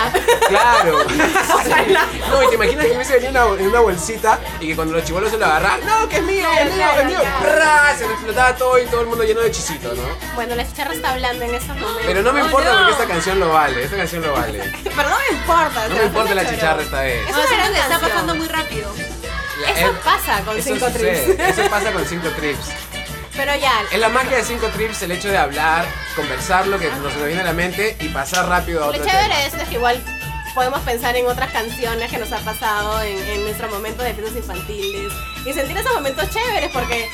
[SPEAKER 3] Claro.
[SPEAKER 1] Ojalá.
[SPEAKER 3] No, y te imaginas que hubiese venido una- en una bolsita y que cuando los chibolos se lo agarraban, no, que es mío,
[SPEAKER 1] Claro,
[SPEAKER 3] es mío,
[SPEAKER 1] claro,
[SPEAKER 3] es mío.
[SPEAKER 1] claro.
[SPEAKER 3] ¡Pra! Se le explotaba todo y todo el mundo lleno de hechicitos, ¿no?
[SPEAKER 1] Bueno, la chicharra está hablando en estos momentos.
[SPEAKER 3] Pero no me
[SPEAKER 2] Oh,
[SPEAKER 3] importa
[SPEAKER 2] no.
[SPEAKER 3] porque esta canción lo vale, esta canción lo vale.
[SPEAKER 1] Pero no me importa.
[SPEAKER 3] No me importa la chicharra esta vez.
[SPEAKER 2] Eso
[SPEAKER 1] es una
[SPEAKER 2] es está
[SPEAKER 1] canción.
[SPEAKER 2] pasando muy rápido.
[SPEAKER 3] La-
[SPEAKER 1] Eso
[SPEAKER 3] eh,
[SPEAKER 1] pasa con
[SPEAKER 3] eso
[SPEAKER 1] cinco
[SPEAKER 3] sucede,
[SPEAKER 1] trips.
[SPEAKER 3] Eso pasa con cinco trips.
[SPEAKER 1] Pero ya,
[SPEAKER 3] Es la magia de cinco trips el hecho de hablar, conversar lo que nos nos viene a la mente y pasar rápido a
[SPEAKER 1] lo
[SPEAKER 3] otro tema.
[SPEAKER 1] chévere de esto es que igual podemos pensar en otras canciones que nos ha pasado en, en nuestros momentos de fiestas infantiles y sentir esos momentos chéveres porque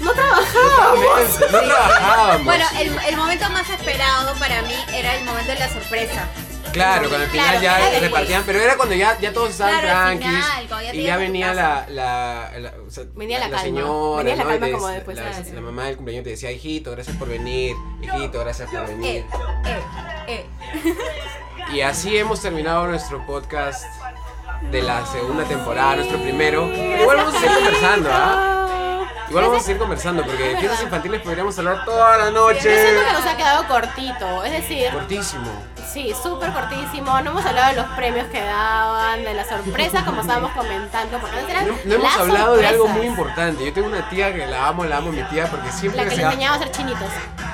[SPEAKER 1] no trabajábamos.
[SPEAKER 3] No trabajábamos.
[SPEAKER 2] Bueno, el, el momento más esperado para mí era el momento de la sorpresa.
[SPEAKER 3] Claro, cuando al final
[SPEAKER 2] Claro, era
[SPEAKER 3] ya
[SPEAKER 2] después.
[SPEAKER 3] repartían, pero era cuando ya, ya todos estaban
[SPEAKER 2] Claro, al
[SPEAKER 3] tranquilos
[SPEAKER 2] final, cuando ya te
[SPEAKER 3] y ya
[SPEAKER 2] ibas a tu
[SPEAKER 3] venía la,
[SPEAKER 2] casa.
[SPEAKER 3] la, la- o sea,
[SPEAKER 1] Venía la calma.
[SPEAKER 3] señora,
[SPEAKER 1] Venía la
[SPEAKER 3] ¿no?
[SPEAKER 1] calma
[SPEAKER 3] Y te-
[SPEAKER 1] como después,
[SPEAKER 3] la,
[SPEAKER 1] ah, sí.
[SPEAKER 3] la mamá del cumpleaños te decía, hijito, gracias por venir, hijito, gracias por
[SPEAKER 2] Eh,
[SPEAKER 3] venir.
[SPEAKER 2] eh, eh.
[SPEAKER 3] Y así hemos terminado nuestro podcast de la segunda temporada, nuestro primero. Igual vamos a seguir conversando, ¿ah? Igual vamos a seguir conversando porque de fiestas infantiles podríamos hablar toda la
[SPEAKER 1] Yo
[SPEAKER 3] noche.
[SPEAKER 1] siento que nos ha quedado cortito, es decir,
[SPEAKER 3] Cortísimo.
[SPEAKER 1] sí, súper cortísimo. No hemos hablado de los premios que daban, de las sorpresas como estábamos comentando, porque antes eran
[SPEAKER 3] No, no hemos
[SPEAKER 1] las
[SPEAKER 3] hablado de algo
[SPEAKER 1] sorpresas.
[SPEAKER 3] muy importante. Yo tengo una tía que la amo, la amo, mi tía, porque siempre
[SPEAKER 1] La que
[SPEAKER 3] se
[SPEAKER 1] le
[SPEAKER 3] da-
[SPEAKER 1] enseñaba a hacer chinitos.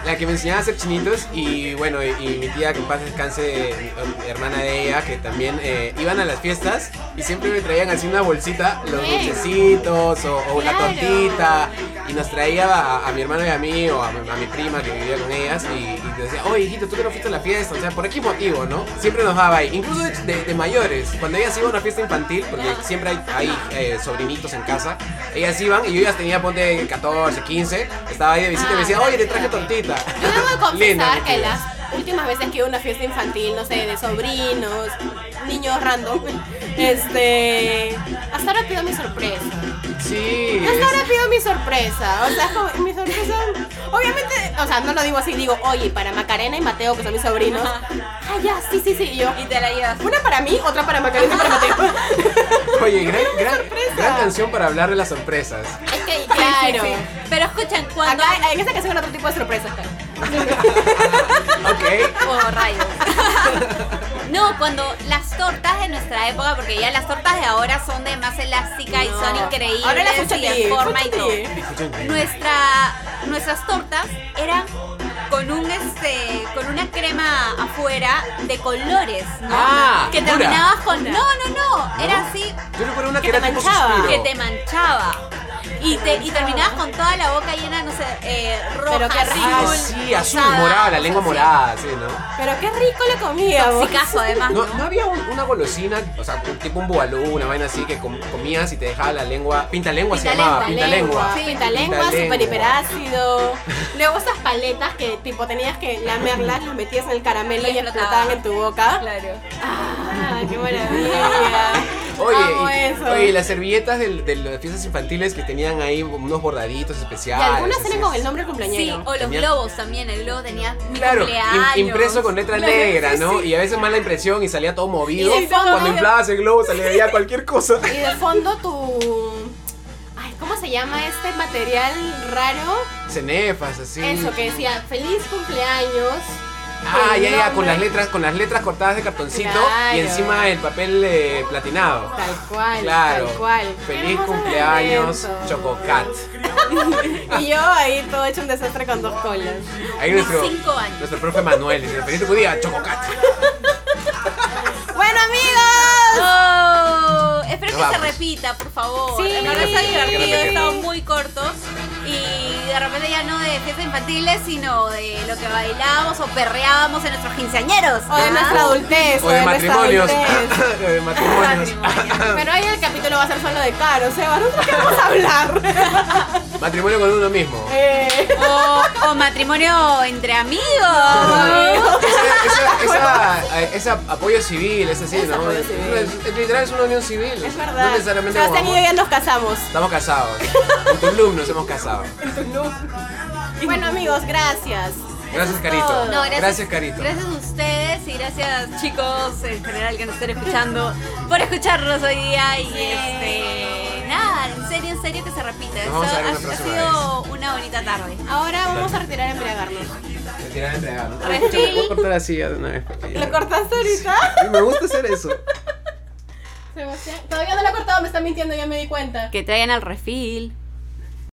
[SPEAKER 3] la que me enseñaba a hacer chinitos y bueno, y, y mi tía que en paz descanse, eh, hermana de ella, que también eh, iban a las fiestas y siempre me traían así una bolsita, los
[SPEAKER 1] Bien.
[SPEAKER 3] dulcecitos o, o una
[SPEAKER 1] Claro.
[SPEAKER 3] tortita y nos traía a, a mi hermano y a mí o a, mi- a mi prima que vivía con ellas y, y te decía, oye hijito, tú que no fuiste a la fiesta, o sea, ¿por qué motivo, no? Siempre nos daba ahí, incluso de, de- de mayores, cuando ellas iban a una fiesta infantil, porque siempre hay, hay, eh, sobrinitos en casa, ellas iban y yo ya tenía, ponte 14, 15, estaba ahí de visita y me decía, oye, te traje tortita.
[SPEAKER 1] Yo debo confesar
[SPEAKER 3] Linda, mi
[SPEAKER 1] que
[SPEAKER 3] tía.
[SPEAKER 1] las últimas veces que iba a una fiesta infantil, no sé, de sobrinos, niños random, este. Hasta ahora pido mi sorpresa.
[SPEAKER 3] Sí.
[SPEAKER 1] Hasta ahora pido mi sorpresa. O sea, es como- mi sorpresa. Obviamente, o sea, no lo digo así, digo, oye, para Macarena y Mateo, que son mis sobrinos. Ah, ya, sí, sí, sí. Y yo,
[SPEAKER 2] Y te la llevas.
[SPEAKER 1] una para mí, otra para Macarena y para Mateo.
[SPEAKER 3] Oye, gran, gran,
[SPEAKER 1] sorpresa.
[SPEAKER 3] gran canción para hablar de las sorpresas.
[SPEAKER 1] Es que, claro.
[SPEAKER 2] Sí, sí. Pero escuchan, cuando
[SPEAKER 1] Acá, en esta canción hay otro tipo de sorpresas. claro.
[SPEAKER 3] Ok.
[SPEAKER 2] Oh, rayos. No, cuando las tortas de nuestra época, porque ya las tortas de ahora son de más elástica y
[SPEAKER 1] No.
[SPEAKER 2] son increíbles
[SPEAKER 1] Ahora la
[SPEAKER 2] y de forma y todo.
[SPEAKER 3] Escuchen.
[SPEAKER 2] Nuestra, nuestras tortas eran con un este, con una crema afuera de colores, ¿no?
[SPEAKER 3] Ah,
[SPEAKER 2] que
[SPEAKER 3] pura.
[SPEAKER 2] terminabas con No, no, no, era así
[SPEAKER 3] Yo recuerdo una que
[SPEAKER 1] Que te
[SPEAKER 3] era tipo
[SPEAKER 1] manchaba.
[SPEAKER 3] suspiro.
[SPEAKER 2] que te manchaba. Y, te, y terminabas con toda la boca llena, no sé, eh, roja,
[SPEAKER 1] Pero qué rico.
[SPEAKER 3] Ah,
[SPEAKER 2] azul,
[SPEAKER 3] sí, azul,
[SPEAKER 2] rosada,
[SPEAKER 3] morada,
[SPEAKER 2] o
[SPEAKER 3] la
[SPEAKER 2] sea,
[SPEAKER 3] lengua
[SPEAKER 2] sí.
[SPEAKER 3] morada, sí, ¿no?
[SPEAKER 1] Pero qué rico la comida. vos.
[SPEAKER 2] Toxicazo, además.
[SPEAKER 3] No, no había un- una golosina, o sea, tipo un bubalú, una vaina así que com- comías y te dejaba la lengua, pintalengua se llamaba, pintalengua.
[SPEAKER 1] Sí, pintalengua,
[SPEAKER 3] Pintalengua.
[SPEAKER 1] super hiperácido. Luego esas paletas que tipo tenías que lamerlas, las metías en el caramelo
[SPEAKER 2] Y
[SPEAKER 1] y explotaban
[SPEAKER 2] explotaba.
[SPEAKER 1] en tu boca.
[SPEAKER 2] Claro.
[SPEAKER 1] Ah, qué maravilla. Amo
[SPEAKER 3] Oye, y,
[SPEAKER 1] eso.
[SPEAKER 3] oye, y las servilletas del- de, las fiestas infantiles que tenían ahí unos bordaditos
[SPEAKER 1] Y
[SPEAKER 3] especiales.
[SPEAKER 1] algunas
[SPEAKER 3] así
[SPEAKER 1] eran con
[SPEAKER 3] es.
[SPEAKER 1] el nombre del
[SPEAKER 2] Sí,
[SPEAKER 1] cumpleañero.
[SPEAKER 2] o los
[SPEAKER 3] Tenía-
[SPEAKER 2] globos también. El globo tenía mi
[SPEAKER 3] Claro, im-
[SPEAKER 2] cumpleaños.
[SPEAKER 3] impreso con letra
[SPEAKER 2] Claro,
[SPEAKER 3] negra,
[SPEAKER 2] sí,
[SPEAKER 3] ¿no?
[SPEAKER 2] sí.
[SPEAKER 3] Y a veces mala impresión y salía todo movido.
[SPEAKER 1] Y de fondo-
[SPEAKER 3] Cuando inflabas el globo se le veía cualquier cosa.
[SPEAKER 1] Y de fondo tu. Ay, ¿cómo se llama este material raro?
[SPEAKER 3] Cenefas, así.
[SPEAKER 1] Eso, que decía, feliz cumpleaños.
[SPEAKER 3] Ah,
[SPEAKER 1] el
[SPEAKER 3] ya, ya, con
[SPEAKER 1] nombre-
[SPEAKER 3] las letras, con las letras cortadas de cartoncito
[SPEAKER 1] Claro.
[SPEAKER 3] y encima el papel eh, platinado.
[SPEAKER 1] Tal cual,
[SPEAKER 3] Claro.
[SPEAKER 1] tal cual. Qué
[SPEAKER 3] Feliz
[SPEAKER 1] hermoso
[SPEAKER 3] cumpleaños,
[SPEAKER 1] momento.
[SPEAKER 3] Chococat.
[SPEAKER 1] Y yo ahí todo hecho un desastre con dos colas.
[SPEAKER 3] Ahí
[SPEAKER 2] Mis
[SPEAKER 3] nuestro,
[SPEAKER 2] cinco años.
[SPEAKER 3] nuestro profe Manuel dice, feliz tu día, Chococat.
[SPEAKER 1] Bueno, amigos.
[SPEAKER 2] Oh, espero
[SPEAKER 3] Nos
[SPEAKER 2] que se
[SPEAKER 3] vamos.
[SPEAKER 2] repita, por favor.
[SPEAKER 1] Sí.
[SPEAKER 2] En verdad está divertido,
[SPEAKER 3] Creo que
[SPEAKER 2] estamos
[SPEAKER 1] sí.
[SPEAKER 2] muy cortos. Y de repente ya no de fiestas infantiles, sino de lo que bailábamos o perreábamos en nuestros quinceañeros. Ah.
[SPEAKER 1] O de
[SPEAKER 2] ¿no?
[SPEAKER 1] nuestra adultez.
[SPEAKER 3] O de
[SPEAKER 1] nuestra
[SPEAKER 3] matrimonios.
[SPEAKER 1] adultez.
[SPEAKER 3] O de matrimonios.
[SPEAKER 1] Pero ahí el capítulo va a ser solo de caro, Seba. Nosotros queremos hablar.
[SPEAKER 3] Matrimonio con uno mismo.
[SPEAKER 1] Eh,
[SPEAKER 2] O, o matrimonio entre amigos.
[SPEAKER 3] Esa, esa- esa- eh, ese apoyo civil, es así,
[SPEAKER 1] Es
[SPEAKER 3] ¿no?
[SPEAKER 1] apoyo
[SPEAKER 3] Es-
[SPEAKER 1] civil.
[SPEAKER 3] es- es Literal es una unión civil.
[SPEAKER 1] es verdad.
[SPEAKER 3] No necesariamente como
[SPEAKER 1] Sebastián y yo
[SPEAKER 3] amor.
[SPEAKER 1] ya nos casamos.
[SPEAKER 3] Estamos casados. En Tulum nos hemos casado.
[SPEAKER 1] Bueno, amigos, gracias.
[SPEAKER 3] Gracias, Carito.
[SPEAKER 1] todo.
[SPEAKER 2] No, gracias,
[SPEAKER 3] Gracias, Carito.
[SPEAKER 2] Gracias a ustedes y gracias chicos en general que nos estén escuchando por escucharnos hoy día y este nada, en serio, en serio que se repita.
[SPEAKER 3] Nos vamos
[SPEAKER 2] Esto
[SPEAKER 3] a ver una
[SPEAKER 2] ha- ha,
[SPEAKER 3] próxima
[SPEAKER 2] sido una bonita tarde.
[SPEAKER 1] Ahora vamos a retirar a embriagarnos.
[SPEAKER 3] Me tiran a entregar, ¿no?
[SPEAKER 2] Refil.
[SPEAKER 3] Yo le puedo cortar así de una vez. porque ya-
[SPEAKER 1] ¿Lo cortaste ahorita?
[SPEAKER 3] Sí, Me gusta hacer eso.
[SPEAKER 1] Sebastián. Todavía no lo he cortado, me está mintiendo, ya me di cuenta.
[SPEAKER 2] Que traigan al refil.